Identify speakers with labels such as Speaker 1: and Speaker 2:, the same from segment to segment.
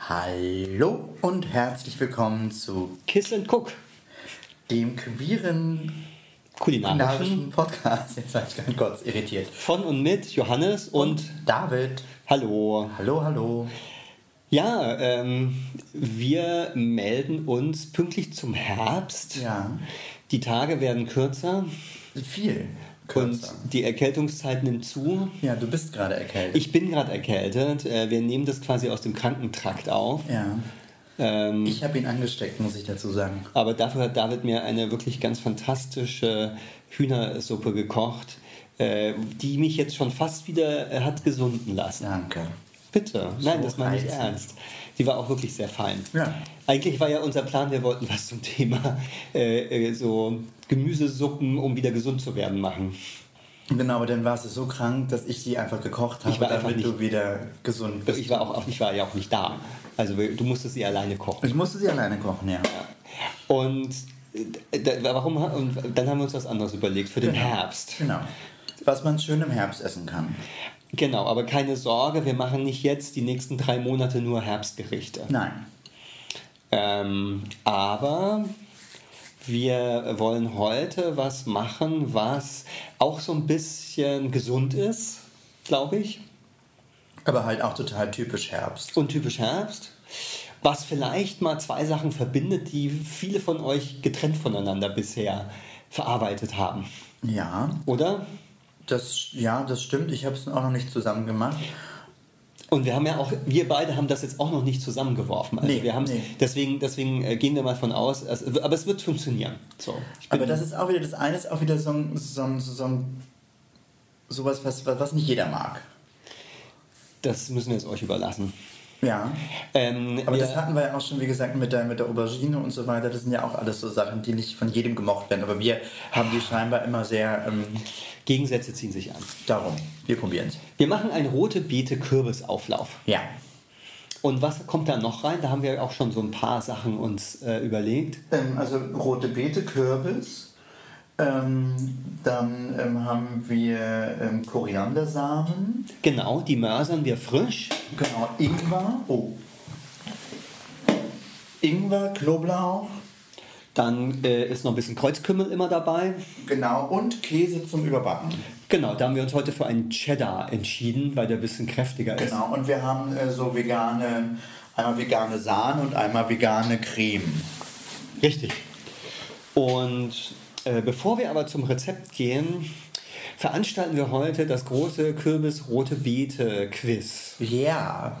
Speaker 1: Hallo und herzlich willkommen zu
Speaker 2: Kiss and Cook.
Speaker 1: dem queeren
Speaker 2: Kulinarischen.
Speaker 1: kulinarischen Podcast. Jetzt war ich ganz kurz irritiert.
Speaker 2: Von und mit Johannes und
Speaker 1: David,
Speaker 2: Hallo.
Speaker 1: hallo, hallo.
Speaker 2: Ja, ähm, wir melden uns pünktlich zum Herbst.
Speaker 1: Ja,
Speaker 2: Die Tage werden kürzer,
Speaker 1: viel kürzer.
Speaker 2: und die Erkältungszeit nimmt zu.
Speaker 1: Ja, du bist gerade erkältet.
Speaker 2: Ich bin gerade erkältet. Äh, wir nehmen das quasi aus dem Krankentrakt auf.
Speaker 1: ja,
Speaker 2: Ähm,
Speaker 1: ich habe ihn angesteckt, muss ich dazu sagen.
Speaker 2: aber dafür hat David mir eine wirklich ganz fantastische Hühnersuppe gekocht, äh, die mich jetzt schon fast wieder äh, hat gesunden lassen.
Speaker 1: Danke.
Speaker 2: Bitte, nein, das meine ich
Speaker 1: reizend.
Speaker 2: ernst. Die war auch wirklich sehr fein.
Speaker 1: Ja.
Speaker 2: Eigentlich war ja unser Plan, wir wollten was zum Thema äh, äh, so Gemüsesuppen, um wieder gesund zu werden, machen.
Speaker 1: Genau, aber dann warst du so krank, dass ich sie einfach gekocht habe,
Speaker 2: war einfach
Speaker 1: damit du
Speaker 2: nicht-
Speaker 1: wieder gesund bist.
Speaker 2: Ich war, auch, ich war ja auch nicht da. Also wir- du musstest sie alleine kochen.
Speaker 1: Ich musste sie alleine kochen, ja.
Speaker 2: Und, äh, da, warum, ha- und dann haben wir uns was anderes überlegt für den Herbst.
Speaker 1: Genau. Was man schön im Herbst essen kann.
Speaker 2: Genau, aber keine Sorge, wir machen nicht jetzt die nächsten drei Monate nur Herbstgerichte.
Speaker 1: Nein.
Speaker 2: Ähm, aber wir wollen heute was machen, was auch so ein bisschen gesund ist, glaube ich,
Speaker 1: Aber halt auch total typisch Herbst.
Speaker 2: und typisch Herbst. Was vielleicht mal zwei Sachen verbindet, die viele von euch getrennt voneinander bisher verarbeitet haben,
Speaker 1: Ja,
Speaker 2: oder?
Speaker 1: das, ja, das stimmt. Ich habe es auch noch nicht zusammen gemacht.
Speaker 2: Und wir haben ja auch, wir beide haben das jetzt auch noch nicht zusammengeworfen. Also
Speaker 1: Nee,
Speaker 2: wir haben's-
Speaker 1: nee.
Speaker 2: deswegen, deswegen äh, gehen wir mal von aus, es- aber es wird funktionieren. So, ich bin-
Speaker 1: Aber das ist auch wieder, das eine ist auch wieder so ein, so ein, so ein sowas, was, was nicht jeder mag.
Speaker 2: das müssen wir jetzt euch überlassen.
Speaker 1: Ja,
Speaker 2: Ähm,
Speaker 1: aber
Speaker 2: wir-
Speaker 1: das hatten wir ja auch schon, wie gesagt, mit der, mit der Aubergine und so weiter. Das sind ja auch alles so Sachen, die nicht von jedem gemocht werden. Aber wir haben die scheinbar immer sehr ähm,
Speaker 2: Gegensätze ziehen sich an.
Speaker 1: darum. Wir probieren es.
Speaker 2: Wir machen einen rote Beete Kürbisauflauf.
Speaker 1: Ja,
Speaker 2: Und was kommt da noch rein? Da haben wir auch schon so ein paar Sachen uns äh, überlegt.
Speaker 1: ähm, also rote Beete, Kürbis. Ähm, dann ähm, haben wir ähm, Koriandersamen.
Speaker 2: Genau, die mörsern wir frisch.
Speaker 1: Genau, Ingwer. Oh. Ingwer, Knoblauch,
Speaker 2: Dann äh, ist noch ein bisschen Kreuzkümmel immer dabei.
Speaker 1: genau, und Käse zum Überbacken.
Speaker 2: Genau, da haben wir uns heute für einen Cheddar entschieden, weil der ein bisschen kräftiger ist.
Speaker 1: Genau, und wir haben äh, so vegane, einmal vegane Sahne und einmal vegane Creme.
Speaker 2: Richtig. Und äh, bevor wir aber zum Rezept gehen, veranstalten wir heute das große Kürbis-Rote Beete-Quiz.
Speaker 1: Ja.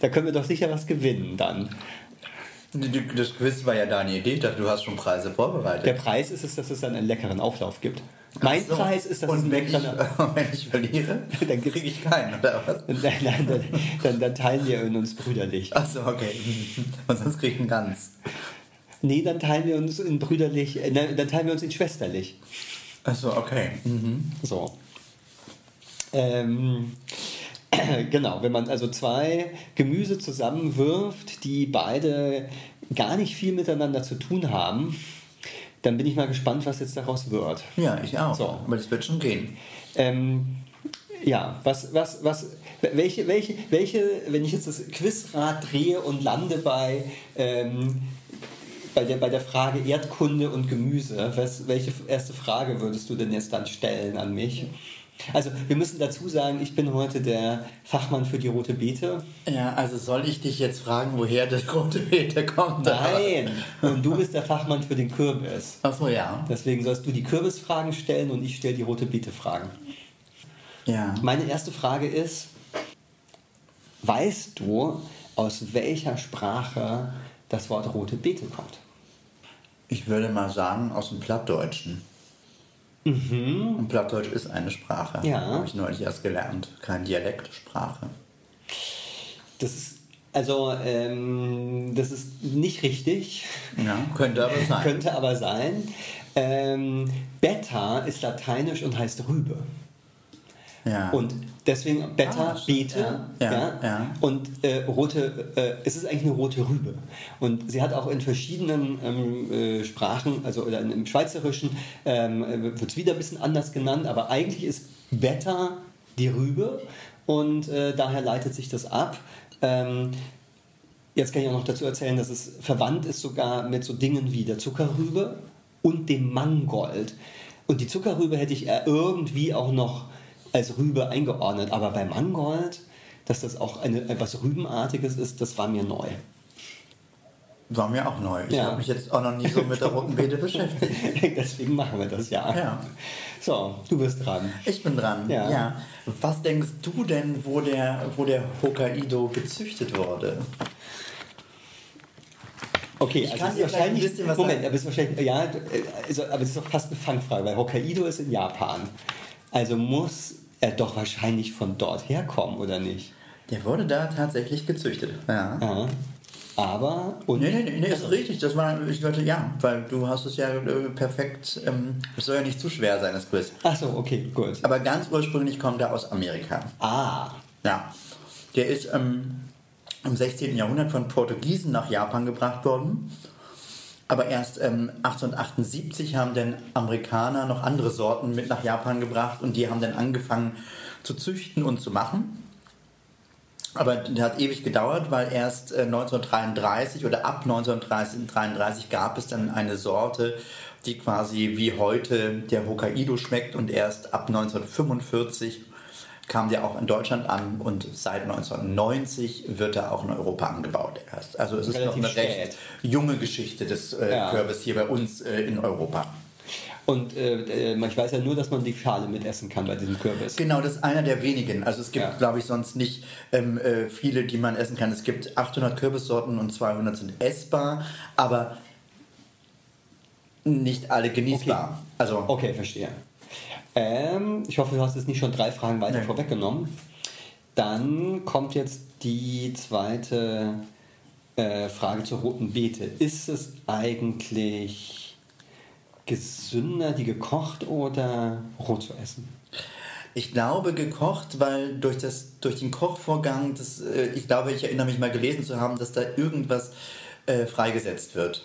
Speaker 2: Da können wir doch sicher was gewinnen dann.
Speaker 1: das Quiz war ja deine Idee, ich dachte, du hast schon Preise
Speaker 2: Der
Speaker 1: vorbereitet.
Speaker 2: Preis ist es, dass es dann einen leckeren Auflauf gibt. Mein
Speaker 1: So.
Speaker 2: Preis ist, dass es
Speaker 1: und
Speaker 2: einen
Speaker 1: wenn ich,
Speaker 2: leckeren
Speaker 1: wenn ich verliere, dann
Speaker 2: gibt's-
Speaker 1: kriege ich keinen, oder was?
Speaker 2: Nein, nein, dann, dann, dann teilen wir in uns brüderlich.
Speaker 1: Achso, okay. Und sonst kriege ich einen ganz.
Speaker 2: Nee, dann teilen wir uns in brüderlich, äh, nein, dann teilen wir uns in schwesterlich.
Speaker 1: Achso, okay.
Speaker 2: So. Ähm, genau, wenn man also zwei Gemüse zusammenwirft, die beide gar nicht viel miteinander zu tun haben, dann bin ich mal gespannt, was jetzt daraus wird.
Speaker 1: Ja, ich auch.
Speaker 2: So.
Speaker 1: Aber das wird schon gehen.
Speaker 2: Ähm, ja, was, was, was, welche, welche, welche, wenn ich jetzt das Quizrad drehe und lande bei, ähm, bei, der, bei der Frage Erdkunde und Gemüse, was, welche erste Frage würdest du denn jetzt dann stellen an mich? Also, wir müssen dazu sagen, ich bin heute der Fachmann für die rote Beete.
Speaker 1: Ja, also soll ich dich jetzt fragen, woher das rote Beete kommt?
Speaker 2: Nein! Und du bist der Fachmann für den Kürbis.
Speaker 1: Achso, ja.
Speaker 2: Deswegen sollst du die Kürbisfragen stellen und ich stelle die rote Beete-Fragen.
Speaker 1: Ja.
Speaker 2: Meine erste Frage ist, weißt du, aus welcher Sprache das Wort rote Beete kommt?
Speaker 1: Ich würde mal sagen, aus dem Plattdeutschen. Mhm. Und Plattdeutsch ist eine Sprache.
Speaker 2: Ja.
Speaker 1: Habe ich neulich erst gelernt. Kein Dialekt, Sprache.
Speaker 2: Das ist, also, ähm, das ist nicht richtig,
Speaker 1: Ja, könnte aber sein.
Speaker 2: könnte aber sein. Ähm, Beta ist lateinisch und heißt Rübe.
Speaker 1: ja.
Speaker 2: Und deswegen Beta,
Speaker 1: Ah, stimmt,
Speaker 2: Beete.
Speaker 1: ja. Ja, ja.
Speaker 2: Und äh, rote, äh, es ist eigentlich eine rote Rübe. Und sie hat auch in verschiedenen ähm, äh, Sprachen, also oder in, im Schweizerischen, äh, ähm, wird es wieder ein bisschen anders genannt, aber eigentlich ist Beta die Rübe und äh, daher leitet sich das ab. Ähm, jetzt kann ich auch noch dazu erzählen, dass es verwandt ist sogar mit so Dingen wie der Zuckerrübe und dem Mangold. Und die Zuckerrübe hätte ich eher irgendwie auch noch als Rübe eingeordnet, aber bei Mangold, dass das auch eine, etwas Rübenartiges ist, das war mir neu.
Speaker 1: War mir auch neu. Ich
Speaker 2: Ja.
Speaker 1: habe mich jetzt auch noch nie so mit der roten Beete beschäftigt.
Speaker 2: Deswegen machen wir das ja.
Speaker 1: Ja.
Speaker 2: So, du bist dran.
Speaker 1: Ich bin dran.
Speaker 2: Ja.
Speaker 1: Was denkst du denn, wo der, wo der Hokkaido gezüchtet wurde?
Speaker 2: Okay,
Speaker 1: Ich
Speaker 2: also
Speaker 1: kann
Speaker 2: es
Speaker 1: dir
Speaker 2: ist
Speaker 1: gleich ein
Speaker 2: wahrscheinlich.
Speaker 1: bisschen was
Speaker 2: Moment,
Speaker 1: sagen.
Speaker 2: aber es ist wahrscheinlich. Ja, äh, also, aber es ist doch fast eine Fangfrage, weil Hokkaido ist in Japan. Also muss er doch wahrscheinlich von dort herkommen, oder nicht?
Speaker 1: Der wurde da tatsächlich gezüchtet. Ja.
Speaker 2: Ja. Äh, Aber. Und
Speaker 1: Nee, nee, nee, nee, ist richtig. Das war, ich wollte, ja, weil du hast es ja äh, perfekt. Ähm, es soll ja nicht zu schwer sein, das Quiz.
Speaker 2: Ach so, okay, gut.
Speaker 1: Aber ganz ursprünglich kommt er aus Amerika.
Speaker 2: Ah,
Speaker 1: Ja. Der ist ähm, im 16. Jahrhundert von Portugiesen nach Japan gebracht worden. Aber erst ähm, 1878 haben dann Amerikaner noch andere Sorten mit nach Japan gebracht und die haben dann angefangen zu züchten und zu machen. Aber das hat ewig gedauert, weil erst äh, 1933 oder ab 1933 gab es dann eine Sorte, die quasi wie heute der Hokkaido schmeckt und erst ab 1945 kam der auch in Deutschland an und seit 1990 wird er auch in Europa angebaut erst. Also es ist noch
Speaker 2: Relativ
Speaker 1: eine recht
Speaker 2: spät.
Speaker 1: junge Geschichte des äh,
Speaker 2: Ja.
Speaker 1: Kürbis hier bei uns äh, in Europa.
Speaker 2: und äh, äh, ich weiß ja nur, dass man die Schale mitessen kann bei diesem Kürbis.
Speaker 1: Genau, das ist einer der wenigen. Also es gibt,
Speaker 2: Ja.
Speaker 1: glaube ich, sonst nicht ähm, äh, viele, die man essen kann. Es gibt 800 Kürbissorten und 200 sind essbar, aber nicht alle genießbar.
Speaker 2: Okay.
Speaker 1: Also
Speaker 2: Okay, verstehe. Ähm, ich hoffe, du hast jetzt nicht schon drei Fragen weiter
Speaker 1: Nee.
Speaker 2: vorweggenommen. Dann kommt jetzt die zweite äh, Frage zur roten Beete. Ist es eigentlich gesünder, die gekocht oder roh zu essen?
Speaker 1: ich glaube gekocht, weil durch, das, durch den Kochvorgang, das, äh, ich glaube, ich erinnere mich mal gelesen zu haben, dass da irgendwas äh, freigesetzt wird.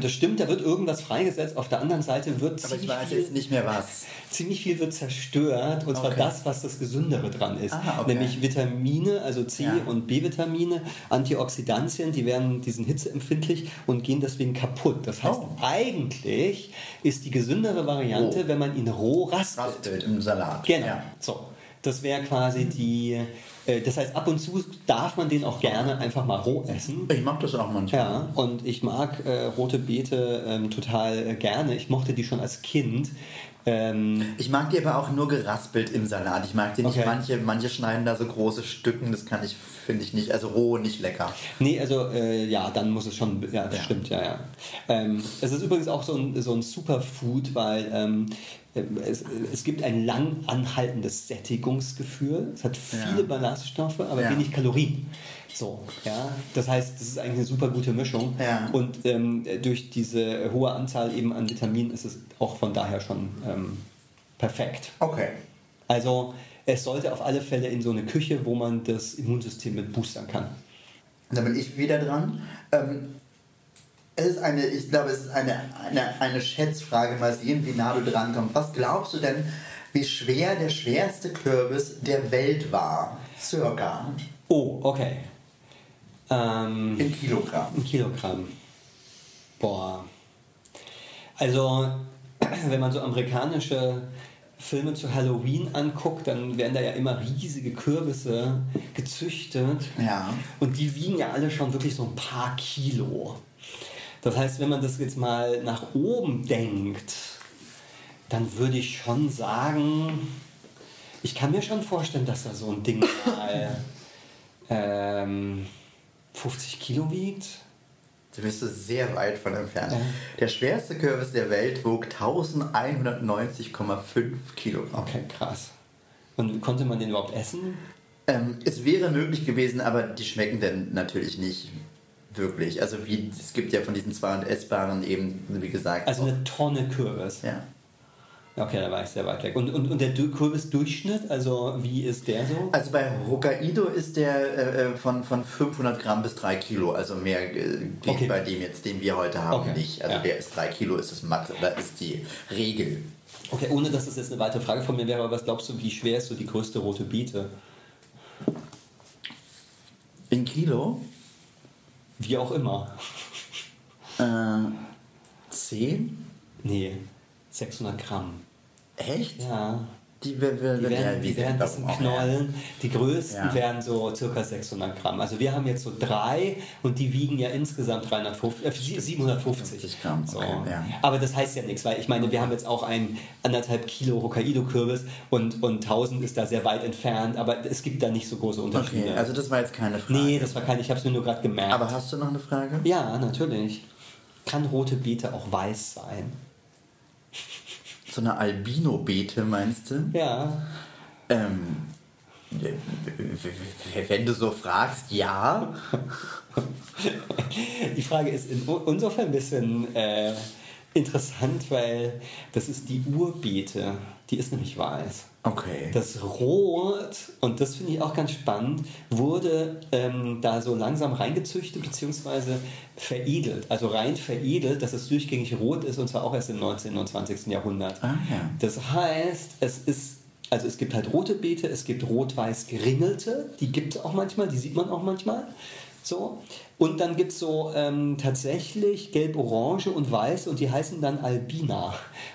Speaker 2: Das stimmt, da wird irgendwas freigesetzt. Auf der anderen Seite wird
Speaker 1: Aber ich
Speaker 2: ziemlich
Speaker 1: weiß
Speaker 2: viel
Speaker 1: jetzt nicht mehr was.
Speaker 2: Ziemlich viel wird zerstört und zwar
Speaker 1: Okay.
Speaker 2: das, was das Gesündere dran ist.
Speaker 1: Ah, okay.
Speaker 2: Nämlich Vitamine, also C-
Speaker 1: Ja.
Speaker 2: und B-Vitamine, Antioxidantien, die werden diesen Hitzeempfindlich und gehen deswegen kaputt. Das heißt,
Speaker 1: Oh.
Speaker 2: eigentlich ist die gesündere Variante,
Speaker 1: Roh.
Speaker 2: wenn man ihn roh raspelt.
Speaker 1: Raspelt im Salat.
Speaker 2: Genau.
Speaker 1: Ja.
Speaker 2: So. Das wäre quasi die. Äh, das heißt, ab und zu darf man den auch gerne einfach mal roh essen.
Speaker 1: Ich mache das auch manchmal.
Speaker 2: Ja, und ich mag äh, rote Beete ähm, total äh, gerne. Ich mochte die schon als Kind. Ähm,
Speaker 1: Ich mag die aber auch nur geraspelt im Salat. Ich mag die nicht.
Speaker 2: Okay.
Speaker 1: Manche, manche schneiden da so große Stücken. Das kann ich, finde ich nicht. Also roh nicht lecker.
Speaker 2: Nee, also äh, ja, dann muss es schon. Ja, das stimmt, ja, ja. Ähm, es ist übrigens auch so ein, so ein Superfood, weil ähm, es, es gibt ein lang anhaltendes Sättigungsgefühl. Es hat viele
Speaker 1: Ja.
Speaker 2: Ballaststoffe, aber
Speaker 1: Ja.
Speaker 2: wenig Kalorien. So, ja. Das heißt, das ist eigentlich eine super gute Mischung.
Speaker 1: Ja.
Speaker 2: Und ähm, durch diese hohe Anzahl eben an Vitaminen ist es auch von daher schon ähm, perfekt.
Speaker 1: Okay.
Speaker 2: Also es sollte auf alle Fälle in so eine Küche, wo man das Immunsystem mit boostern kann.
Speaker 1: Da bin ich wieder dran. Ähm, es ist eine, ich glaube, es ist eine, eine, eine Schätzfrage. Mal sehen, wie nah du drankommst. Was glaubst du denn, wie schwer der schwerste Kürbis der Welt war? Circa.
Speaker 2: Oh, okay. Ähm,
Speaker 1: In Kilogramm.
Speaker 2: ein Kilogramm. Boah. Also, wenn man so amerikanische Filme zu Halloween anguckt, dann werden da ja immer riesige Kürbisse gezüchtet.
Speaker 1: Ja.
Speaker 2: Und die wiegen ja alle schon wirklich so ein paar Kilo. Das heißt, wenn man das jetzt mal nach oben denkt, dann würde ich schon sagen, ich kann mir schon vorstellen, dass da so ein Ding mal ähm, 50 Kilo wiegt.
Speaker 1: Da bist du sehr weit von entfernt.
Speaker 2: Ja.
Speaker 1: Der schwerste Kürbis der Welt wog 1190,5 Kilogramm.
Speaker 2: Okay, krass. Und konnte man den überhaupt essen?
Speaker 1: Ähm, es wäre möglich gewesen, aber die schmecken dann natürlich nicht wirklich. Also wie es gibt ja von diesen 200 essbaren eben, wie gesagt.
Speaker 2: Also eine Tonne Kürbis.
Speaker 1: ja.
Speaker 2: Okay, da war ich sehr weit weg. Und, und, und der Du- Kürbisdurchschnitt, also wie ist der so?
Speaker 1: Also bei Hokkaido ist der äh, von, von 500 Gramm bis 3 Kilo, also mehr äh, geht
Speaker 2: Okay.
Speaker 1: bei dem jetzt, den wir heute haben,
Speaker 2: Okay,
Speaker 1: nicht. Also
Speaker 2: ja.
Speaker 1: der ist 3 Kilo, ist das Max oder ist die Regel.
Speaker 2: Okay, ohne dass das jetzt eine weitere Frage von mir wäre, aber was glaubst du, wie schwer ist so die größte rote Biete?
Speaker 1: In Kilo?
Speaker 2: Wie auch immer.
Speaker 1: Äh, 10?
Speaker 2: Nee, 600 Gramm.
Speaker 1: Echt?
Speaker 2: Ja.
Speaker 1: Die, wir, wir,
Speaker 2: Die werden, die werden das
Speaker 1: warum
Speaker 2: in
Speaker 1: auch, ja.
Speaker 2: Knollen. Die größten
Speaker 1: Ja.
Speaker 2: werden so circa 600 Gramm. Also wir haben jetzt so drei und die wiegen ja insgesamt 350, äh, sie- 750
Speaker 1: 750 Gramm,
Speaker 2: So.
Speaker 1: okay, ja.
Speaker 2: Aber das heißt ja nichts, weil ich meine, wir haben jetzt auch einen anderthalb Kilo Hokkaido-Kürbis und, und 1000 ist da sehr weit entfernt, aber es gibt da nicht so große Unterschiede.
Speaker 1: Okay, also das war jetzt keine Frage.
Speaker 2: nee, das war kein, ich habe es mir nur gerade gemerkt.
Speaker 1: Aber hast du noch eine Frage?
Speaker 2: ja, natürlich. Kann rote Beete auch weiß sein?
Speaker 1: So eine Albino-Beete meinst du?
Speaker 2: Ja.
Speaker 1: Ähm, w- w- w- wenn du so fragst, ja.
Speaker 2: Die Frage ist in, insofern ein bisschen äh, interessant, weil das ist die Urbeete. Die ist nämlich weiß.
Speaker 1: Okay.
Speaker 2: Das Rot, und das finde ich auch ganz spannend, wurde ähm, da so langsam reingezüchtet bzw. veredelt. Also rein veredelt, dass es durchgängig rot ist und zwar auch erst im 19. und 20. Jahrhundert.
Speaker 1: Ah, ja.
Speaker 2: Das heißt, es ist. Also es gibt halt rote Beete, es gibt rot-weiß geringelte, die gibt es auch manchmal, die sieht man auch manchmal. So. Und dann gibt es so ähm, tatsächlich gelb-orange und weiß und die heißen dann Albina.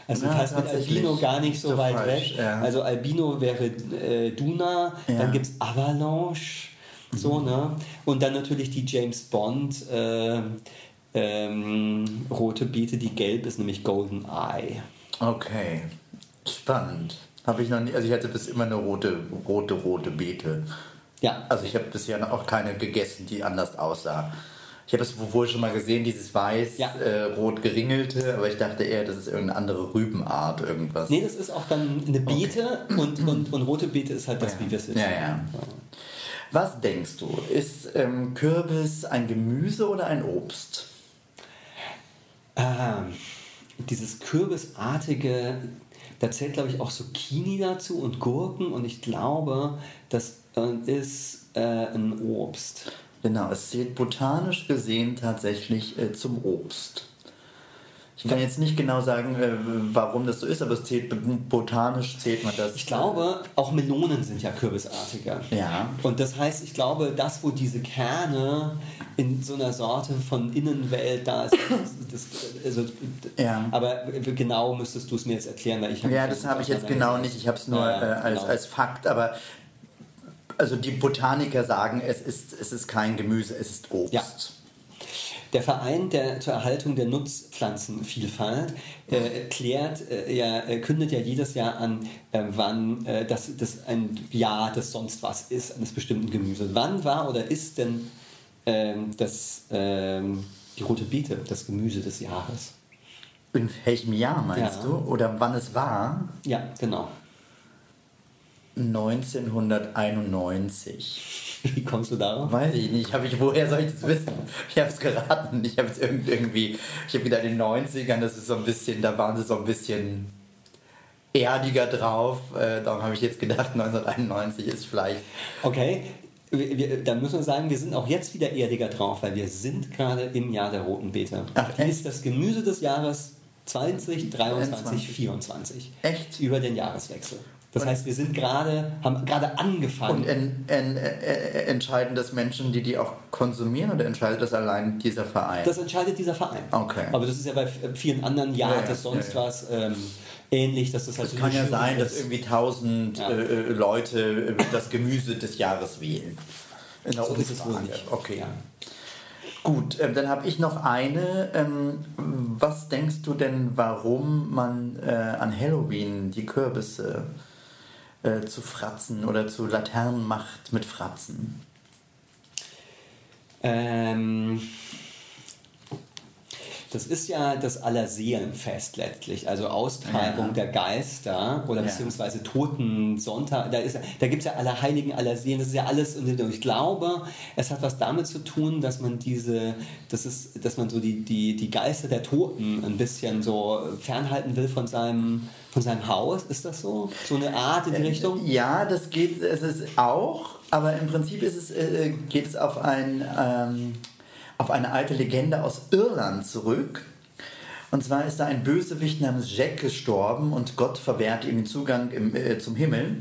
Speaker 2: Also
Speaker 1: Ja,
Speaker 2: du kannst mit
Speaker 1: Ah, tatsächlich.
Speaker 2: Albino gar nicht so,
Speaker 1: So
Speaker 2: weit
Speaker 1: falsch,
Speaker 2: weg.
Speaker 1: ja.
Speaker 2: Also also Albino wäre äh, Duna,
Speaker 1: Ja. Mhm.
Speaker 2: dann gibt es Avalanche, so, ne? Und dann natürlich die James Bond äh, ähm, rote Beete, die gelb ist, nämlich Golden Eye.
Speaker 1: Okay. Spannend. Habe ich noch nie, also ich hatte bis immer eine rote, rote, rote Beete.
Speaker 2: Ja,
Speaker 1: Also ich habe bisher noch auch keine gegessen, die anders aussah. Ich habe es wohl schon mal gesehen, dieses weiß,
Speaker 2: Ja.
Speaker 1: äh, rot geringelte, aber ich dachte eher, das ist irgendeine andere Rübenart, irgendwas.
Speaker 2: nee, das ist auch dann eine Beete und, und, und rote Beete ist halt das, wie wir es wissen.
Speaker 1: Ja, ja. Was denkst du? Ist ähm, Kürbis ein Gemüse oder ein Obst?
Speaker 2: Ah, dieses kürbisartige, da zählt glaube ich auch Zucchini dazu und Gurken und ich glaube, das äh, ist äh, ein Obst.
Speaker 1: Genau, es zählt botanisch gesehen tatsächlich äh, zum Obst. Ich kann jetzt nicht genau sagen, äh, warum das so ist, aber es zählt botanisch zählt man das.
Speaker 2: Ich glaube, auch Melonen sind ja kürbisartiger.
Speaker 1: Ja.
Speaker 2: Und das heißt, ich glaube, das, wo diese Kerne in so einer Sorte von Innenwelt da ist, das, also,
Speaker 1: Ja.
Speaker 2: aber genau müsstest du es mir jetzt erklären, weil ich hab
Speaker 1: Ja,
Speaker 2: mich
Speaker 1: das
Speaker 2: nicht
Speaker 1: habe ich jetzt genau
Speaker 2: auseinandergesetzt.
Speaker 1: nicht. Ich habe es nur
Speaker 2: Ja,
Speaker 1: äh, als,
Speaker 2: genau.
Speaker 1: als Fakt, aber also die Botaniker sagen, es ist, es ist kein Gemüse, es ist Obst.
Speaker 2: Ja. Der Verein der, zur Erhaltung der Nutzpflanzenvielfalt äh, klärt, äh, ja, äh, kündet ja jedes Jahr an, äh, wann äh, das, das ein Jahr das sonst was ist eines bestimmten Gemüses. Wann war oder ist denn ähm, das, ähm, die rote Beete das Gemüse des Jahres?
Speaker 1: In welchem Jahr meinst
Speaker 2: Ja.
Speaker 1: du? Oder wann es war?
Speaker 2: Ja, genau.
Speaker 1: 1991.
Speaker 2: Wie kommst du darauf?
Speaker 1: Weiß ich nicht. Hab ich, woher soll ich das wissen? Ich habe es geraten. Ich habe es irgendwie. Ich habe gedacht, in den 90ern, das ist so ein bisschen. Da waren sie so ein bisschen erdiger drauf. Äh, darum habe ich jetzt gedacht, 1991 ist vielleicht.
Speaker 2: Okay, wir, wir, dann müssen wir sagen, wir sind auch jetzt wieder erdiger drauf, weil wir sind gerade im Jahr der roten Beete.
Speaker 1: Ach,
Speaker 2: Die
Speaker 1: echt?
Speaker 2: ist das Gemüse des Jahres 20, 23,
Speaker 1: 23.
Speaker 2: 24.
Speaker 1: Echt?
Speaker 2: Über den Jahreswechsel. Das heißt, wir sind gerade, haben gerade angefangen.
Speaker 1: Und en, en, äh, entscheiden das Menschen, die die auch konsumieren, oder entscheidet das allein dieser Verein?
Speaker 2: das entscheidet dieser Verein.
Speaker 1: Okay.
Speaker 2: Aber das ist ja bei vielen anderen
Speaker 1: Ja,
Speaker 2: Jahren,
Speaker 1: ja,
Speaker 2: das sonst
Speaker 1: ja, ja.
Speaker 2: was ähm, ähnlich, dass das halt
Speaker 1: es
Speaker 2: so
Speaker 1: kann ja
Speaker 2: eine Jury
Speaker 1: sein, dass
Speaker 2: ist.
Speaker 1: irgendwie tausend
Speaker 2: Ja.
Speaker 1: äh, äh, Leute äh, das Gemüse des Jahres wählen. In der
Speaker 2: Genau, so ist es wohl
Speaker 1: Umfrage.
Speaker 2: nicht.
Speaker 1: Okay.
Speaker 2: Ja.
Speaker 1: Gut, ähm, dann habe ich noch eine. Ähm, was denkst du denn, warum man äh, an Halloween die Kürbisse äh, zu Fratzen oder zu Laternen macht mit Fratzen?
Speaker 2: Ähm, Das ist ja das Allerseelenfest letztlich, also Austreibung
Speaker 1: Ja.
Speaker 2: der Geister oder
Speaker 1: Ja.
Speaker 2: beziehungsweise Totensonntag. Da, ist- da gibt es ja Allerheiligen, Allerseelen, das ist ja alles. Und ich glaube, es hat was damit zu tun, dass man diese, das ist, dass man so die, die, die Geister der Toten ein bisschen so fernhalten will von seinem, von seinem Haus. Ist das so? So eine Art in die Richtung?
Speaker 1: Äh, Ja, das geht, es ist auch, aber im Prinzip ist es, äh, geht es auf, ein, ähm, auf eine alte Legende aus Irland zurück. Und zwar ist da ein Bösewicht namens Jack gestorben und Gott verwehrt ihm den Zugang im, äh, zum Himmel.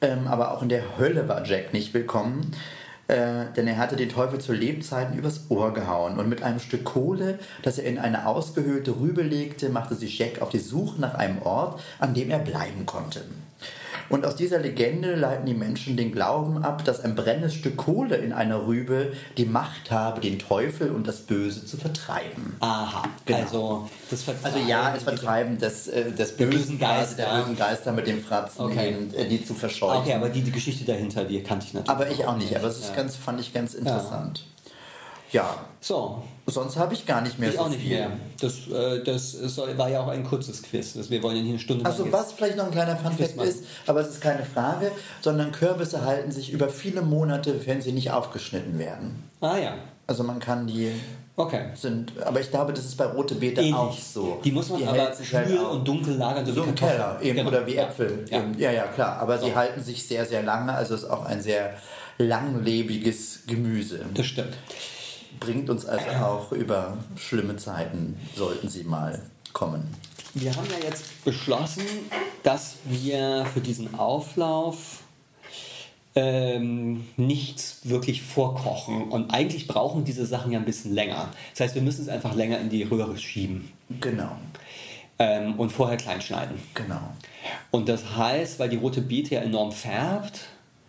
Speaker 1: Ähm, aber auch in der Hölle war Jack nicht willkommen, äh, denn er hatte den Teufel zu Lebzeiten übers Ohr gehauen. Und mit einem Stück Kohle, das er in eine ausgehöhlte Rübe legte, machte sich Jack auf die Suche nach einem Ort, an dem er bleiben konnte. Und aus dieser Legende leiten die Menschen den Glauben ab, dass ein brennendes Stück Kohle in einer Rübe die Macht habe, den Teufel und das Böse zu vertreiben.
Speaker 2: Aha,
Speaker 1: Genau.
Speaker 2: also das
Speaker 1: Also ja, das Vertreiben des, äh, des
Speaker 2: Der
Speaker 1: bösen
Speaker 2: bösen
Speaker 1: Geister, der
Speaker 2: Geister.
Speaker 1: bösen Geister mit dem Fratzen,
Speaker 2: Okay.
Speaker 1: eben, äh, die zu verscheuchen.
Speaker 2: Okay, aber die, die Geschichte dahinter, die kannte ich natürlich.
Speaker 1: Aber ich auch nicht, aber das ist
Speaker 2: Ja.
Speaker 1: ganz, fand ich ganz interessant. Ja,
Speaker 2: So,
Speaker 1: sonst habe ich gar nicht mehr
Speaker 2: ich
Speaker 1: so
Speaker 2: auch nicht
Speaker 1: viel.
Speaker 2: mehr. Das, äh, das soll, war ja auch ein kurzes Quiz. Das, wir wollen ja hier eine Stunde
Speaker 1: Also
Speaker 2: lang
Speaker 1: was vielleicht noch ein kleiner Funfact
Speaker 2: Quizmann.
Speaker 1: ist, aber es ist keine Frage, sondern Kürbisse halten sich über viele Monate, wenn sie nicht aufgeschnitten werden.
Speaker 2: Jetzt. Ah ja,
Speaker 1: Also man kann die
Speaker 2: okay.
Speaker 1: sind, aber ich glaube, das ist bei rote Beete
Speaker 2: Ähnlich.
Speaker 1: auch so.
Speaker 2: Die muss man aber
Speaker 1: hält sich halt
Speaker 2: kühl
Speaker 1: auch.
Speaker 2: und dunkel lagern, so,
Speaker 1: so
Speaker 2: wie
Speaker 1: im
Speaker 2: Kartoffeln.
Speaker 1: Keller eben
Speaker 2: Genau.
Speaker 1: oder wie Äpfel.
Speaker 2: Ja.
Speaker 1: eben. ja, ja, klar. Aber sie
Speaker 2: So.
Speaker 1: halten sich sehr, sehr lange. Also ist auch ein sehr langlebiges Gemüse.
Speaker 2: Das stimmt.
Speaker 1: Bringt uns also auch über schlimme Zeiten, sollten sie mal kommen.
Speaker 2: Wir haben ja jetzt beschlossen, dass wir für diesen Auflauf ähm, nichts wirklich vorkochen. Und eigentlich brauchen diese Sachen ja ein bisschen länger. Das heißt, wir müssen es einfach länger in die Röhre schieben
Speaker 1: Genau,
Speaker 2: ähm, und vorher klein schneiden.
Speaker 1: genau.
Speaker 2: Und das heißt, weil die rote Beete ja enorm färbt,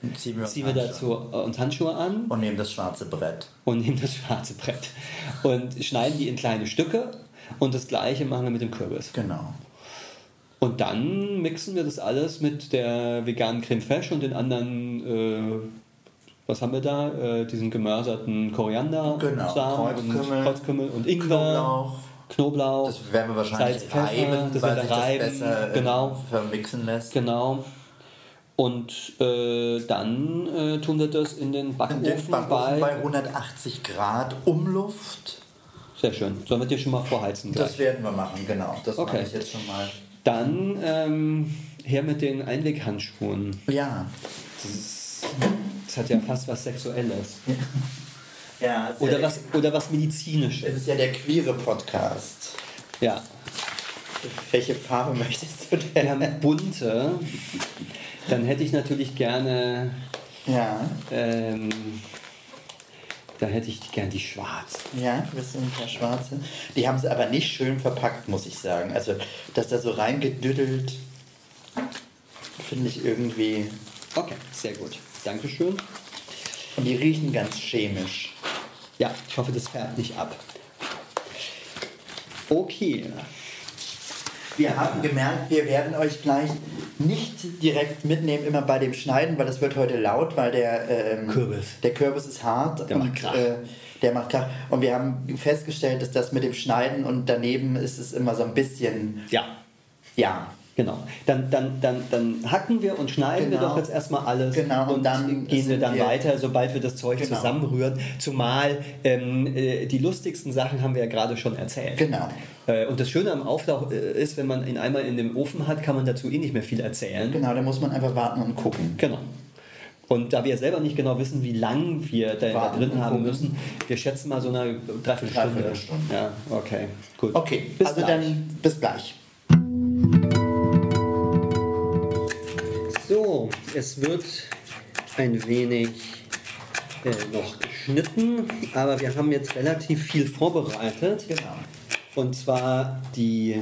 Speaker 1: Dann Ziehen wir, uns
Speaker 2: ziehen wir
Speaker 1: an schon.
Speaker 2: dazu äh, uns Handschuhe an
Speaker 1: und nehmen das schwarze Brett.
Speaker 2: und nehmen das schwarze Brett und schneiden die in kleine Stücke. Und das gleiche machen wir mit dem Kürbis.
Speaker 1: Genau.
Speaker 2: Und dann mixen wir das alles mit der veganen Creme Fraiche und den anderen, äh, was haben wir da? Äh, diesen gemörserten Koriander,
Speaker 1: Genau,
Speaker 2: Samen
Speaker 1: Kreuzkümmel,
Speaker 2: und Kreuzkümmel und Ingwer,
Speaker 1: Knoblauch.
Speaker 2: Knoblauch.
Speaker 1: Das werden wir wahrscheinlich
Speaker 2: Salz, Pfeffer,
Speaker 1: reiben,
Speaker 2: das
Speaker 1: weil
Speaker 2: werden
Speaker 1: sich
Speaker 2: wir reiben,
Speaker 1: das besser äh,
Speaker 2: genau.
Speaker 1: vermixen lässt.
Speaker 2: Genau. Und äh, dann äh, tun wir das in den
Speaker 1: In
Speaker 2: Backofen,
Speaker 1: den Backofen
Speaker 2: bei.
Speaker 1: bei 180 Grad Umluft.
Speaker 2: Sehr schön. Sollen wir dir schon mal vorheizen gleich?
Speaker 1: Das werden wir machen, genau. Das
Speaker 2: Okay.
Speaker 1: mache ich jetzt schon mal.
Speaker 2: Dann ähm, her mit den Einweghandschuhen.
Speaker 1: Ja.
Speaker 2: Das hat ja fast was Sexuelles.
Speaker 1: ja es ist
Speaker 2: Oder
Speaker 1: ja-
Speaker 2: was, oder was Medizinisches.
Speaker 1: Es ist ja der queere Podcast.
Speaker 2: Ja.
Speaker 1: Welche Farbe möchtest du denn?
Speaker 2: Wir haben bunte. Dann hätte ich natürlich gerne.
Speaker 1: Ja.
Speaker 2: Ähm, da hätte ich gern die schwarz.
Speaker 1: Ja, du bist ein paar Schwarze. Die haben es aber nicht schön verpackt, muss ich sagen. Also, dass da so reingedüdelt, finde ich irgendwie.
Speaker 2: Okay, sehr gut. Dankeschön.
Speaker 1: Und die riechen ganz chemisch.
Speaker 2: Ja, ich hoffe, das färbt nicht ab. Okay.
Speaker 1: Wir haben gemerkt, wir werden euch gleich nicht direkt mitnehmen, immer bei dem Schneiden, weil das wird heute laut, weil der ähm,
Speaker 2: Kürbis.
Speaker 1: Der Kürbis ist hart.
Speaker 2: Der macht Krach.
Speaker 1: Äh, der macht Krach. Und wir haben festgestellt, dass das mit dem Schneiden und daneben ist es immer so ein bisschen.
Speaker 2: Ja,
Speaker 1: Ja.
Speaker 2: genau. Dann, dann, dann, dann hacken wir und schneiden wir
Speaker 1: Genau.
Speaker 2: doch jetzt erstmal alles.
Speaker 1: Genau, und
Speaker 2: und
Speaker 1: dann
Speaker 2: gehen wir
Speaker 1: sind
Speaker 2: dann
Speaker 1: wir-
Speaker 2: weiter, sobald wir das Zeug
Speaker 1: Genau.
Speaker 2: zusammenrühren. Zumal ähm, äh, die lustigsten Sachen haben wir ja gerade schon erzählt.
Speaker 1: Genau.
Speaker 2: Äh, Und das Schöne am Auflauf äh, ist, wenn man ihn einmal in dem Ofen hat, kann man dazu eh nicht mehr viel erzählen.
Speaker 1: Genau, da muss man einfach warten und gucken.
Speaker 2: Genau. Und da wir selber nicht genau wissen, wie lang wir da da
Speaker 1: Warten
Speaker 2: drin
Speaker 1: und
Speaker 2: haben
Speaker 1: gucken.
Speaker 2: müssen, wir schätzen mal so eine Dreiviertelstunde.
Speaker 1: Dreiviertelstunde.
Speaker 2: Ja, okay, gut.
Speaker 1: Okay,
Speaker 2: bis
Speaker 1: also
Speaker 2: gleich.
Speaker 1: dann bis gleich.
Speaker 2: So, es wird ein wenig äh, noch geschnitten, aber wir haben jetzt relativ viel vorbereitet.
Speaker 1: Genau.
Speaker 2: Und zwar die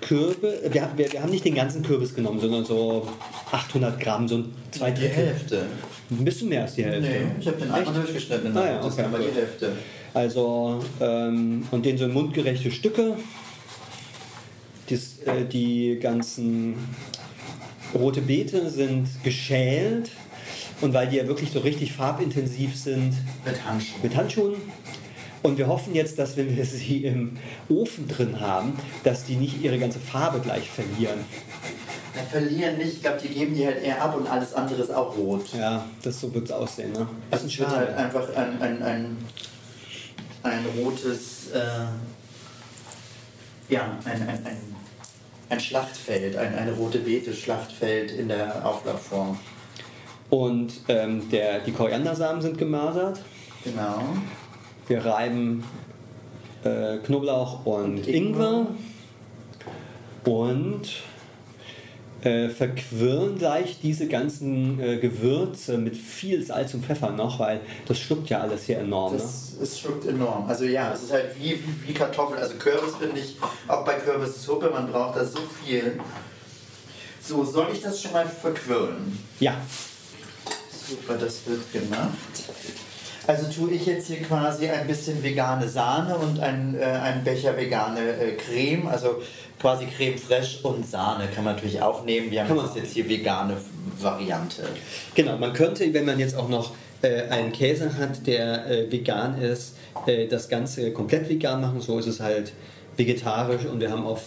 Speaker 2: Kürbis. Wir, haben- wir, wir haben nicht den ganzen Kürbis genommen, sondern so 800 Gramm, so ein zwei
Speaker 1: Die
Speaker 2: Drittel.
Speaker 1: Hälfte.
Speaker 2: Ein bisschen mehr als die Hälfte.
Speaker 1: Nee, ich habe den einmal
Speaker 2: Echt?
Speaker 1: durchgeschnitten.
Speaker 2: Ah ja,
Speaker 1: das
Speaker 2: okay,
Speaker 1: ist aber die
Speaker 2: gut.
Speaker 1: Hälfte.
Speaker 2: Also, ähm, und den so in mundgerechte Stücke. Dies, äh, die ganzen rote Beete sind geschält. Und weil die ja wirklich so richtig farbintensiv sind,
Speaker 1: Mit Handschuhen.
Speaker 2: mit Handschuhen. Und wir hoffen jetzt, dass wenn wir sie im Ofen drin haben, dass die nicht ihre ganze Farbe gleich verlieren.
Speaker 1: Ja, verlieren nicht, ich glaube, die geben die halt eher ab und alles andere ist auch rot.
Speaker 2: Ja, das so wird es aussehen. Ne? Das
Speaker 1: Also
Speaker 2: ist
Speaker 1: es wird halt
Speaker 2: schade.
Speaker 1: einfach ein, ein, ein, ein rotes, äh, ja, ein, ein, ein, ein Schlachtfeld, ein, eine rote Beete-Schlachtfeld in der Auflaufform.
Speaker 2: Und ähm, der, die Koriandersamen sind gemasert.
Speaker 1: Genau.
Speaker 2: Wir reiben äh, Knoblauch und Ingwer
Speaker 1: Ingwer.
Speaker 2: und äh, verquirlen gleich diese ganzen äh, Gewürze mit viel Salz und Pfeffer noch, weil das schluckt ja alles hier enorm. Ne?
Speaker 1: Das, es schluckt enorm. Also ja, es ist halt wie, wie, wie Kartoffeln. Also Kürbis finde ich, auch bei Kürbissuppe, man braucht da so viel. So, soll ich das schon mal verquirlen?
Speaker 2: Ja,
Speaker 1: Super, das wird gemacht. Also tue ich jetzt hier quasi ein bisschen vegane Sahne und ein, äh, ein Becher vegane äh, Creme, also quasi Creme fraiche und Sahne kann man natürlich auch nehmen. Wir haben
Speaker 2: Kann man
Speaker 1: das jetzt hier vegane Variante.
Speaker 2: genau. Man könnte, wenn man jetzt auch noch äh, einen Käse hat, der äh, vegan ist, äh, das Ganze komplett vegan machen. So ist es halt vegetarisch und wir haben auf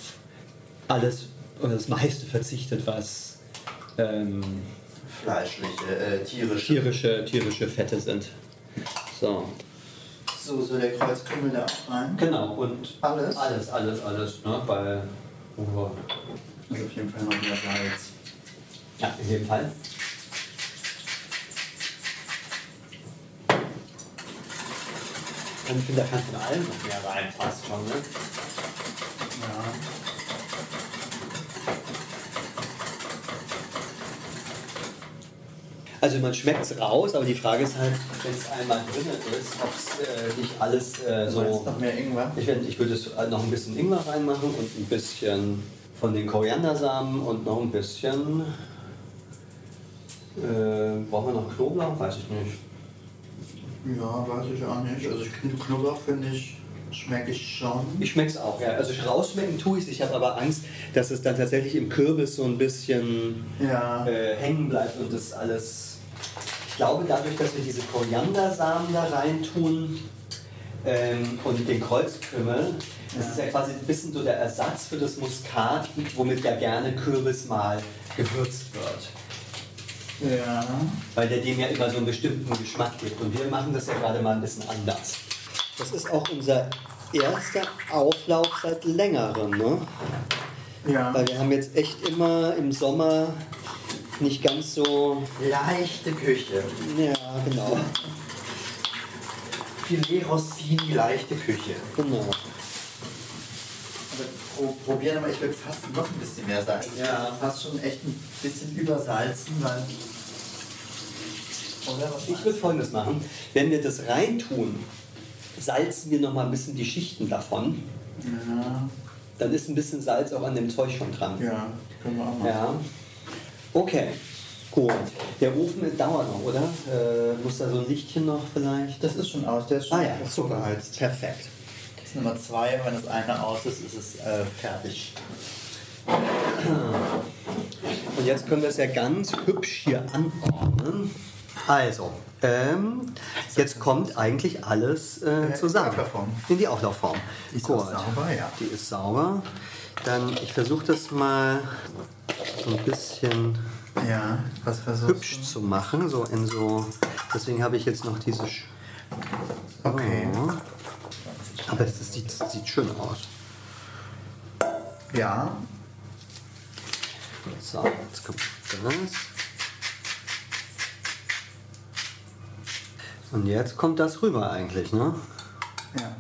Speaker 2: alles oder das meiste verzichtet, was. Ähm,
Speaker 1: Fleischliche, äh, tierische.
Speaker 2: tierische, tierische Fette sind. So.
Speaker 1: So, so der Kreuzkümmel da auch rein.
Speaker 2: Genau, und
Speaker 1: Alles?
Speaker 2: alles, alles, alles, ne? Bei Uwe.
Speaker 1: Also auf jeden Fall noch mehr Salz.
Speaker 2: Ja, in jedem Fall. Und ich finde, da kann von allem noch mehr rein, fast schon, ne?
Speaker 1: Ja.
Speaker 2: Also man schmeckt es raus, aber die Frage ist halt, wenn es einmal drin ist, ob es äh, nicht alles äh,
Speaker 1: So.
Speaker 2: so...
Speaker 1: Jetzt noch mehr Ingwer.
Speaker 2: Ich, werd- ich würde es noch ein bisschen Ingwer reinmachen und ein bisschen von den Koriandersamen und noch ein bisschen. Äh, brauchen wir noch Knoblauch? Weiß ich nicht.
Speaker 1: Ja, weiß ich auch nicht. Also Kn- Knoblauch finde ich, schmecke ich schon.
Speaker 2: Ich schmeck's auch, ja. Also ich rausschmecken tue ich Ich habe aber Angst, dass es dann tatsächlich im Kürbis so ein bisschen
Speaker 1: Ja.
Speaker 2: äh, hängen bleibt und das alles. Ich glaube, dadurch, dass wir diese Koriandersamen da reintun ähm, und den Kreuzkümmel, das
Speaker 1: Ja.
Speaker 2: ist ja quasi ein bisschen so der Ersatz für das Muskat, womit ja gerne Kürbis mal gewürzt wird.
Speaker 1: Ja.
Speaker 2: Weil der dem ja immer so einen bestimmten Geschmack gibt. Und wir machen das ja gerade mal ein bisschen anders. Das ist auch unser erster Auflauf seit längerem, ne?
Speaker 1: Ja.
Speaker 2: Weil wir haben jetzt echt immer im Sommer nicht ganz so.
Speaker 1: Leichte Küche.
Speaker 2: Ja, genau.
Speaker 1: Filet Rossini, leichte Küche.
Speaker 2: Genau.
Speaker 1: Also, pro, probieren aber, ich würde fast noch ein bisschen mehr salzen.
Speaker 2: Ja.
Speaker 1: Also Fast schon echt ein bisschen übersalzen, weil. Oder was?
Speaker 2: Ich würde folgendes machen: Wenn wir das reintun, salzen wir nochmal ein bisschen die Schichten davon.
Speaker 1: Ja.
Speaker 2: Dann ist ein bisschen Salz auch an dem Zeug schon dran.
Speaker 1: ja, können wir auch machen.
Speaker 2: Ja. Okay, gut. Der Ofen dauert noch, oder? Äh, muss da so ein Lichtchen noch vielleicht?
Speaker 1: Das ist schon aus, der ist schon
Speaker 2: Ah ja,
Speaker 1: ist
Speaker 2: super.
Speaker 1: geheizt.
Speaker 2: Perfekt.
Speaker 1: Das ist Nummer zwei, wenn das eine aus ist, ist es äh, fertig.
Speaker 2: Und jetzt können wir es ja ganz hübsch hier anordnen. Also, ähm, jetzt kommt eigentlich alles äh,
Speaker 1: die
Speaker 2: zusammen.
Speaker 1: Auflaufform.
Speaker 2: In die Auflaufform.
Speaker 1: Die ist auch sauber, ja.
Speaker 2: Die ist sauber. Dann, ich versuche das mal so ein bisschen
Speaker 1: Ja, was versuchst
Speaker 2: hübsch zu machen, so in so. Deswegen habe ich jetzt noch diese. Sch-
Speaker 1: du? Okay.
Speaker 2: Ja. Aber es ist- sieht, sieht schön aus.
Speaker 1: Ja,
Speaker 2: So, jetzt kommt das. Und jetzt kommt das rüber eigentlich, ne?
Speaker 1: Ja.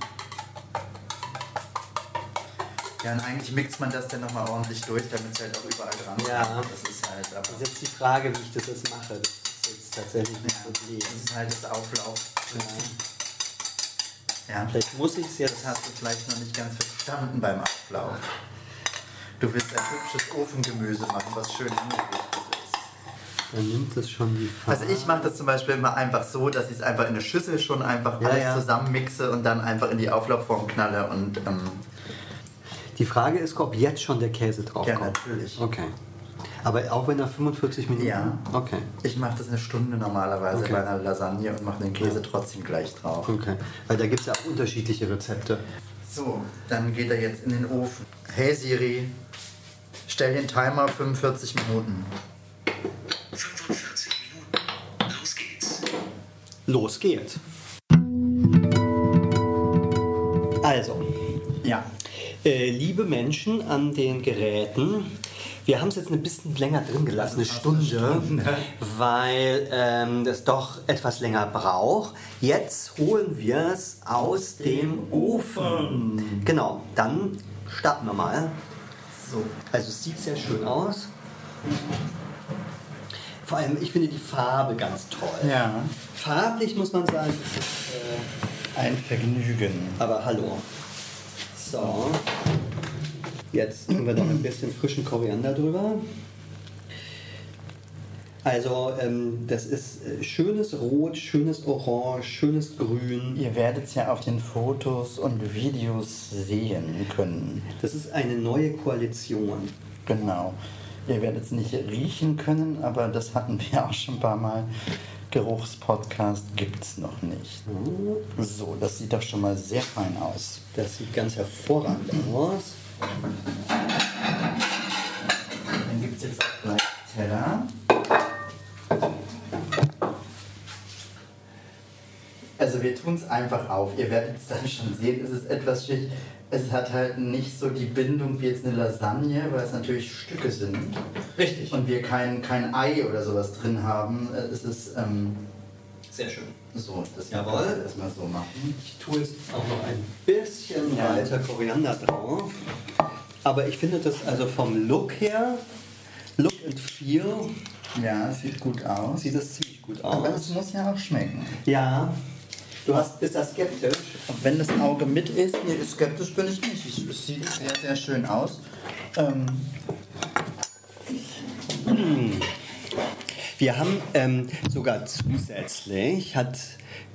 Speaker 1: Ja, und eigentlich mixt man das dann nochmal ordentlich durch, damit es halt auch überall dran
Speaker 2: Ja.
Speaker 1: kommt. Das ist halt, aber
Speaker 2: Das ist jetzt die Frage, wie ich das jetzt mache. Das ist jetzt tatsächlich ein Problem.
Speaker 1: das ist halt das Auflauf.
Speaker 2: Ja.
Speaker 1: Ja.
Speaker 2: Vielleicht muss ich es jetzt.
Speaker 1: Das hast du vielleicht noch nicht ganz verstanden beim Auflauf. Du willst ein hübsches Ofengemüse machen, was schön angerichtet ist.
Speaker 2: Dann nimmt es schon die Farbe.
Speaker 1: Also ich mache das zum Beispiel immer einfach so, dass ich es einfach in eine Schüssel schon einfach
Speaker 2: Ja,
Speaker 1: alles
Speaker 2: ja.
Speaker 1: zusammenmixe und dann einfach in die Auflaufform knalle und ähm,
Speaker 2: Die Frage ist, ob jetzt schon der Käse drauf
Speaker 1: Ja,
Speaker 2: kommt.
Speaker 1: natürlich.
Speaker 2: Okay. Aber auch wenn er 45 Minuten.
Speaker 1: Ja.
Speaker 2: Okay.
Speaker 1: Ich mache das eine Stunde normalerweise
Speaker 2: Okay.
Speaker 1: bei einer Lasagne und mache den Käse trotzdem gleich drauf.
Speaker 2: Okay. Weil da gibt es ja auch unterschiedliche Rezepte.
Speaker 1: So, dann geht er jetzt in den Ofen. Hey Siri, stell den Timer 45 Minuten.
Speaker 3: 45 Minuten. Los geht's.
Speaker 2: Los geht's. Also,
Speaker 1: Ja.
Speaker 2: äh, liebe Menschen an den Geräten, wir haben es jetzt ein bisschen länger drin gelassen, eine Stunde, weil ähm, das doch etwas länger braucht. Jetzt holen wir es aus dem Ofen. Genau, dann starten wir mal.
Speaker 1: So.
Speaker 2: Also es sieht sehr schön aus. Vor allem, ich finde die Farbe ganz toll.
Speaker 1: Ja.
Speaker 2: Farblich muss man sagen, ist es, äh,
Speaker 1: Ein Vergnügen.
Speaker 2: aber hallo. So. Jetzt tun wir noch ein bisschen frischen Koriander drüber. Also, ähm, das ist äh, schönes Rot, schönes Orange, schönes Grün.
Speaker 1: Ihr werdet es ja auf den Fotos und Videos sehen können.
Speaker 2: Das ist eine neue Koalition.
Speaker 1: Genau. Ihr werdet es nicht riechen können, aber das hatten wir auch schon ein paar Mal. Geruchspodcast gibt es noch nicht. So, das sieht doch schon mal sehr fein aus.
Speaker 2: Das sieht ganz hervorragend aus.
Speaker 1: Dann gibt es jetzt auch gleich Teller. Also wir tun es einfach auf. Ihr werdet es dann schon sehen. Es ist etwas schick. Es hat halt nicht so die Bindung wie jetzt eine Lasagne, weil es natürlich Stücke sind.
Speaker 2: Richtig.
Speaker 1: Und wir kein, kein Ei oder sowas drin haben. Es ist ähm,
Speaker 2: Sehr schön.
Speaker 1: so, das
Speaker 2: Jawohl.
Speaker 1: wir erstmal so machen.
Speaker 2: Ich tue jetzt auch noch ein bisschen
Speaker 1: Ja.
Speaker 2: weiter Koriander drauf. Aber ich finde das also vom Look her, Look and Feel,
Speaker 1: Ja, es sieht gut aus.
Speaker 2: sieht das ziemlich gut
Speaker 1: Aber es
Speaker 2: aus.
Speaker 1: muss ja auch schmecken.
Speaker 2: Ja, du hast, bist da skeptisch.
Speaker 1: Und wenn das Auge mit ist, nee, skeptisch bin ich nicht. Es- Es sieht sehr, sehr schön aus. Ähm,
Speaker 2: Wir haben ähm, sogar zusätzlich, hat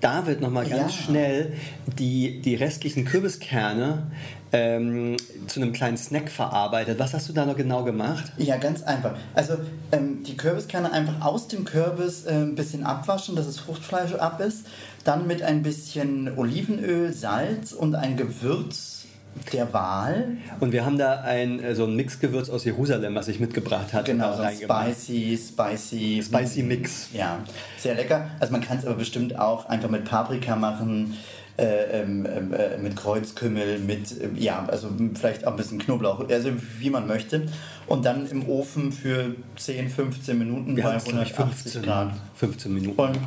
Speaker 2: David nochmal ganz
Speaker 1: Ja.
Speaker 2: schnell die, die restlichen Kürbiskerne ähm, zu einem kleinen Snack verarbeitet. Was hast du da noch genau gemacht?
Speaker 1: ja, ganz einfach. Also ähm, die Kürbiskerne einfach aus dem Kürbis äh, ein bisschen abwaschen, dass das Fruchtfleisch ab ist. Dann mit ein bisschen Olivenöl, Salz und ein Gewürz der Wahl.
Speaker 2: Und wir haben da ein, äh, so ein Mixgewürz aus Jerusalem, was ich mitgebracht hatte.
Speaker 1: Genau,
Speaker 2: da
Speaker 1: so ein
Speaker 2: reingemacht.
Speaker 1: spicy, spicy. mm,
Speaker 2: Spicy Mix.
Speaker 1: Ja, sehr lecker. Also man kann es aber bestimmt auch einfach mit Paprika machen, äh, ähm, ähm, äh, mit Kreuzkümmel, mit, ähm, ja, also vielleicht auch ein bisschen Knoblauch, also wie man möchte. Und dann im Ofen für 10, 15 Minuten
Speaker 2: Wir
Speaker 1: bei
Speaker 2: haben es, glaube ich,
Speaker 1: 180
Speaker 2: 15,
Speaker 1: Grad.
Speaker 2: 15 Minuten.
Speaker 1: Und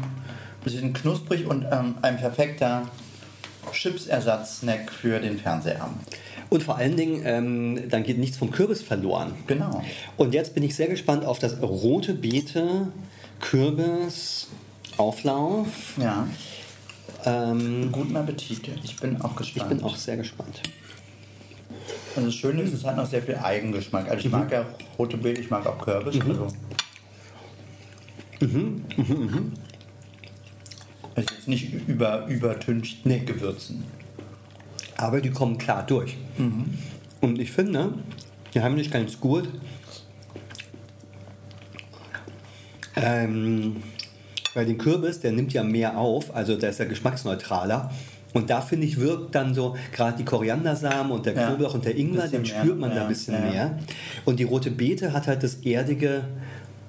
Speaker 1: sie sind knusprig und ähm, ein perfekter Chipsersatz-Snack für den Fernsehabend.
Speaker 2: Und vor allen Dingen, ähm, dann geht nichts vom Kürbis verloren.
Speaker 1: Genau.
Speaker 2: Und jetzt bin ich sehr gespannt auf das rote Beete Kürbis Auflauf.
Speaker 1: Ja.
Speaker 2: Ähm,
Speaker 1: Guten Appetit. Ich bin auch gespannt.
Speaker 2: ich bin auch sehr gespannt.
Speaker 1: Und das Schöne ist, es hat noch sehr viel Eigengeschmack. Also ich mag ja rote Beete, ich mag auch Kürbis. Also. Es ist nicht über, übertüncht mit Gewürzen.
Speaker 2: Aber die kommen klar durch.
Speaker 1: Mhm.
Speaker 2: Und ich finde, die haben nicht ganz gut. Ähm, weil den Kürbis, der nimmt ja mehr auf, also der ist ja geschmacksneutraler. Und da finde ich, wirkt dann so gerade die Koriandersamen und der
Speaker 1: Ja.
Speaker 2: Knoblauch und der Ingwer,
Speaker 1: Bisschen
Speaker 2: den
Speaker 1: mehr.
Speaker 2: spürt man da
Speaker 1: Ja,
Speaker 2: ein bisschen
Speaker 1: ja.
Speaker 2: mehr. Und die rote Beete hat halt das Erdige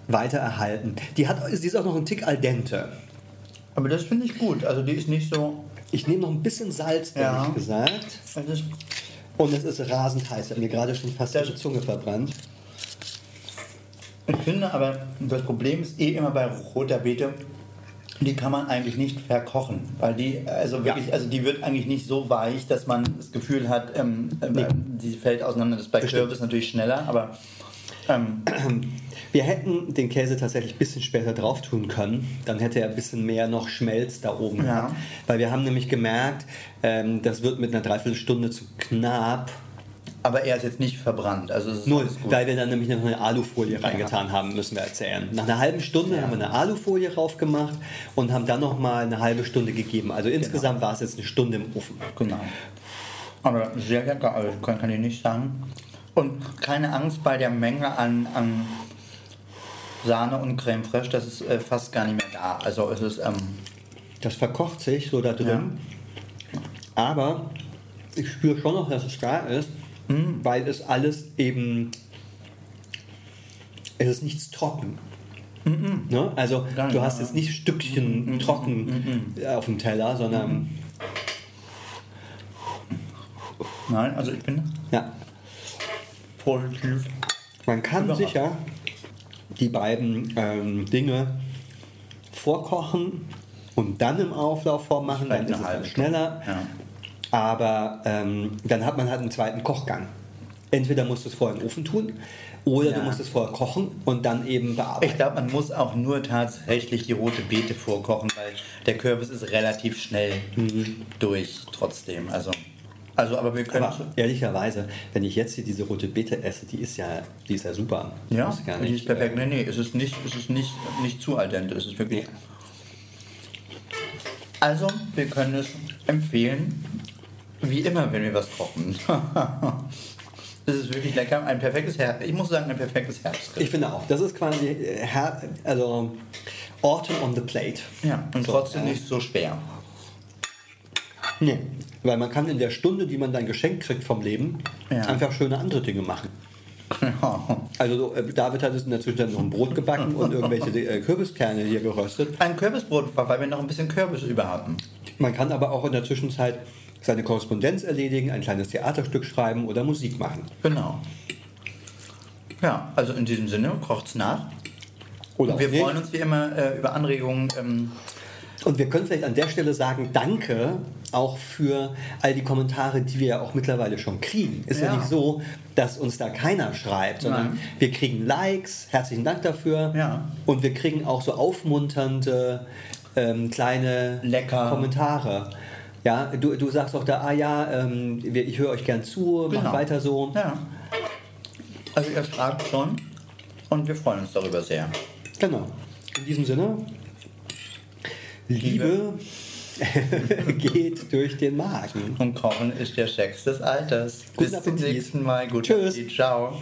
Speaker 2: weitererhalten. Die, hat, die ist auch noch ein Tick al dente.
Speaker 1: Aber das finde ich gut. Also die ist nicht so. also
Speaker 2: Ich nehme noch ein bisschen Salz,
Speaker 1: Ja.
Speaker 2: ehrlich gesagt.
Speaker 1: Es ist,
Speaker 2: Und es ist rasend heiß. Hat mir gerade schon fast
Speaker 1: Das-
Speaker 2: die Zunge verbrannt.
Speaker 1: ich finde aber, das Problem ist eh immer bei roter Beete, die kann man eigentlich nicht verkochen. Weil die, also wirklich, also die wird eigentlich nicht so weich, dass man das Gefühl hat, ähm, äh, die fällt auseinander. Das ist bei Kürbis natürlich schneller, aber. Ähm,
Speaker 2: Wir hätten den Käse tatsächlich ein bisschen später drauf tun können. Dann hätte er ein bisschen mehr noch Schmelz da oben.
Speaker 1: Ja.
Speaker 2: gehabt. Weil wir haben nämlich gemerkt, ähm, das wird mit einer Dreiviertelstunde zu knapp.
Speaker 1: Aber er ist jetzt nicht verbrannt. Also es ist
Speaker 2: Null,
Speaker 1: alles gut.
Speaker 2: weil wir dann nämlich noch eine Alufolie reingetan haben, müssen wir erzählen. Nach einer halben Stunde haben wir eine Alufolie drauf gemacht und haben dann nochmal eine halbe Stunde gegeben. Also insgesamt war es jetzt eine Stunde im Ofen.
Speaker 1: Genau. Aber sehr lecker, also kann, kann ich nicht sagen. Und keine Angst bei der Menge an, an Sahne und Creme Fraiche, das ist äh, fast gar nicht mehr da. Also es ist, ähm,
Speaker 2: Das verkocht sich so da drin. Aber ich spüre schon noch, dass es da ist,
Speaker 1: Mhm.
Speaker 2: weil es alles eben. Es ist nichts trocken. Ne? Also
Speaker 1: Gar nicht,
Speaker 2: du hast
Speaker 1: Mhm. ja. Mhm,
Speaker 2: jetzt nicht Stückchen trocken auf dem Teller, sondern
Speaker 1: nein, also ich bin
Speaker 2: ja,
Speaker 1: positiv.
Speaker 2: man kann
Speaker 1: Überrascht.
Speaker 2: sicher die beiden ähm, Dinge vorkochen und dann im Auflauf vormachen, dann
Speaker 1: Vielleicht
Speaker 2: ist
Speaker 1: eine
Speaker 2: es dann
Speaker 1: halbe Stunde.
Speaker 2: schneller.
Speaker 1: Ja.
Speaker 2: Aber ähm, dann hat man halt einen zweiten Kochgang. Entweder musst du es vorher in den Ofen tun oder
Speaker 1: Ja.
Speaker 2: du musst es vorher kochen und dann eben
Speaker 1: Ich
Speaker 2: bearbeiten.
Speaker 1: glaube, man muss auch nur tatsächlich die rote Beete vorkochen, weil der Kürbis ist relativ schnell durch trotzdem. Also, also Mhm. aber wir können.
Speaker 2: Aber ehrlicherweise, wenn ich jetzt hier diese rote Beete esse, die ist ja, die ist ja super. Die
Speaker 1: ja,
Speaker 2: muss gar
Speaker 1: die ist
Speaker 2: nicht,
Speaker 1: perfekt. Nee, nee, es ist nicht, es ist nicht, nicht zu al dente. Es ist
Speaker 2: äh,
Speaker 1: wirklich.
Speaker 2: nee.
Speaker 1: Also, wir können es empfehlen. Wie immer, wenn wir was kochen. das ist wirklich lecker. Ein perfektes Herbst. Ich muss sagen, ein perfektes Herbst.
Speaker 2: Ich finde auch, das ist quasi äh, Her- also Autumn on the plate.
Speaker 1: ja, und
Speaker 2: So,
Speaker 1: trotzdem
Speaker 2: ja.
Speaker 1: nicht so schwer.
Speaker 2: Nee, weil man kann in der Stunde, die man dann geschenkt kriegt vom Leben,
Speaker 1: Ja.
Speaker 2: einfach schöne andere Dinge machen.
Speaker 1: Ja.
Speaker 2: Also so, äh, David hat jetzt in der Zwischenzeit noch ein Brot gebacken und irgendwelche äh, Kürbiskerne hier geröstet.
Speaker 1: Ein Kürbisbrot, weil wir noch ein bisschen Kürbis über haben.
Speaker 2: Man kann aber auch in der Zwischenzeit seine Korrespondenz erledigen, ein kleines Theaterstück schreiben oder Musik machen.
Speaker 1: Genau. Ja, also in diesem Sinne, kocht's nach.
Speaker 2: Oder
Speaker 1: Und wir
Speaker 2: auch nicht.
Speaker 1: freuen uns wie immer äh, über Anregungen. Ähm,
Speaker 2: Und wir können vielleicht an der Stelle sagen, danke auch für all die Kommentare, die wir ja auch mittlerweile schon kriegen. Ist ja,
Speaker 1: Ja.
Speaker 2: nicht so, dass uns da keiner schreibt, sondern
Speaker 1: Nein.
Speaker 2: wir kriegen Likes, herzlichen Dank dafür.
Speaker 1: Ja.
Speaker 2: Und wir kriegen auch so aufmunternde ähm, kleine
Speaker 1: Lecker.
Speaker 2: Kommentare. Ja, du, du sagst auch da, ah ja, ähm, wir, ich höre euch gern zu,
Speaker 1: Genau.
Speaker 2: macht weiter so.
Speaker 1: ja. Also ihr fragt schon und wir freuen uns darüber sehr.
Speaker 2: Genau. In diesem Sinne, Liebe,
Speaker 1: Liebe.
Speaker 2: geht durch den Magen.
Speaker 1: Und Kochen ist der Sex des Alters. Bis
Speaker 2: Guten
Speaker 1: zum
Speaker 2: Appetit.
Speaker 1: nächsten Mal. Guten
Speaker 2: Tschüss.
Speaker 1: Appetit. Ciao.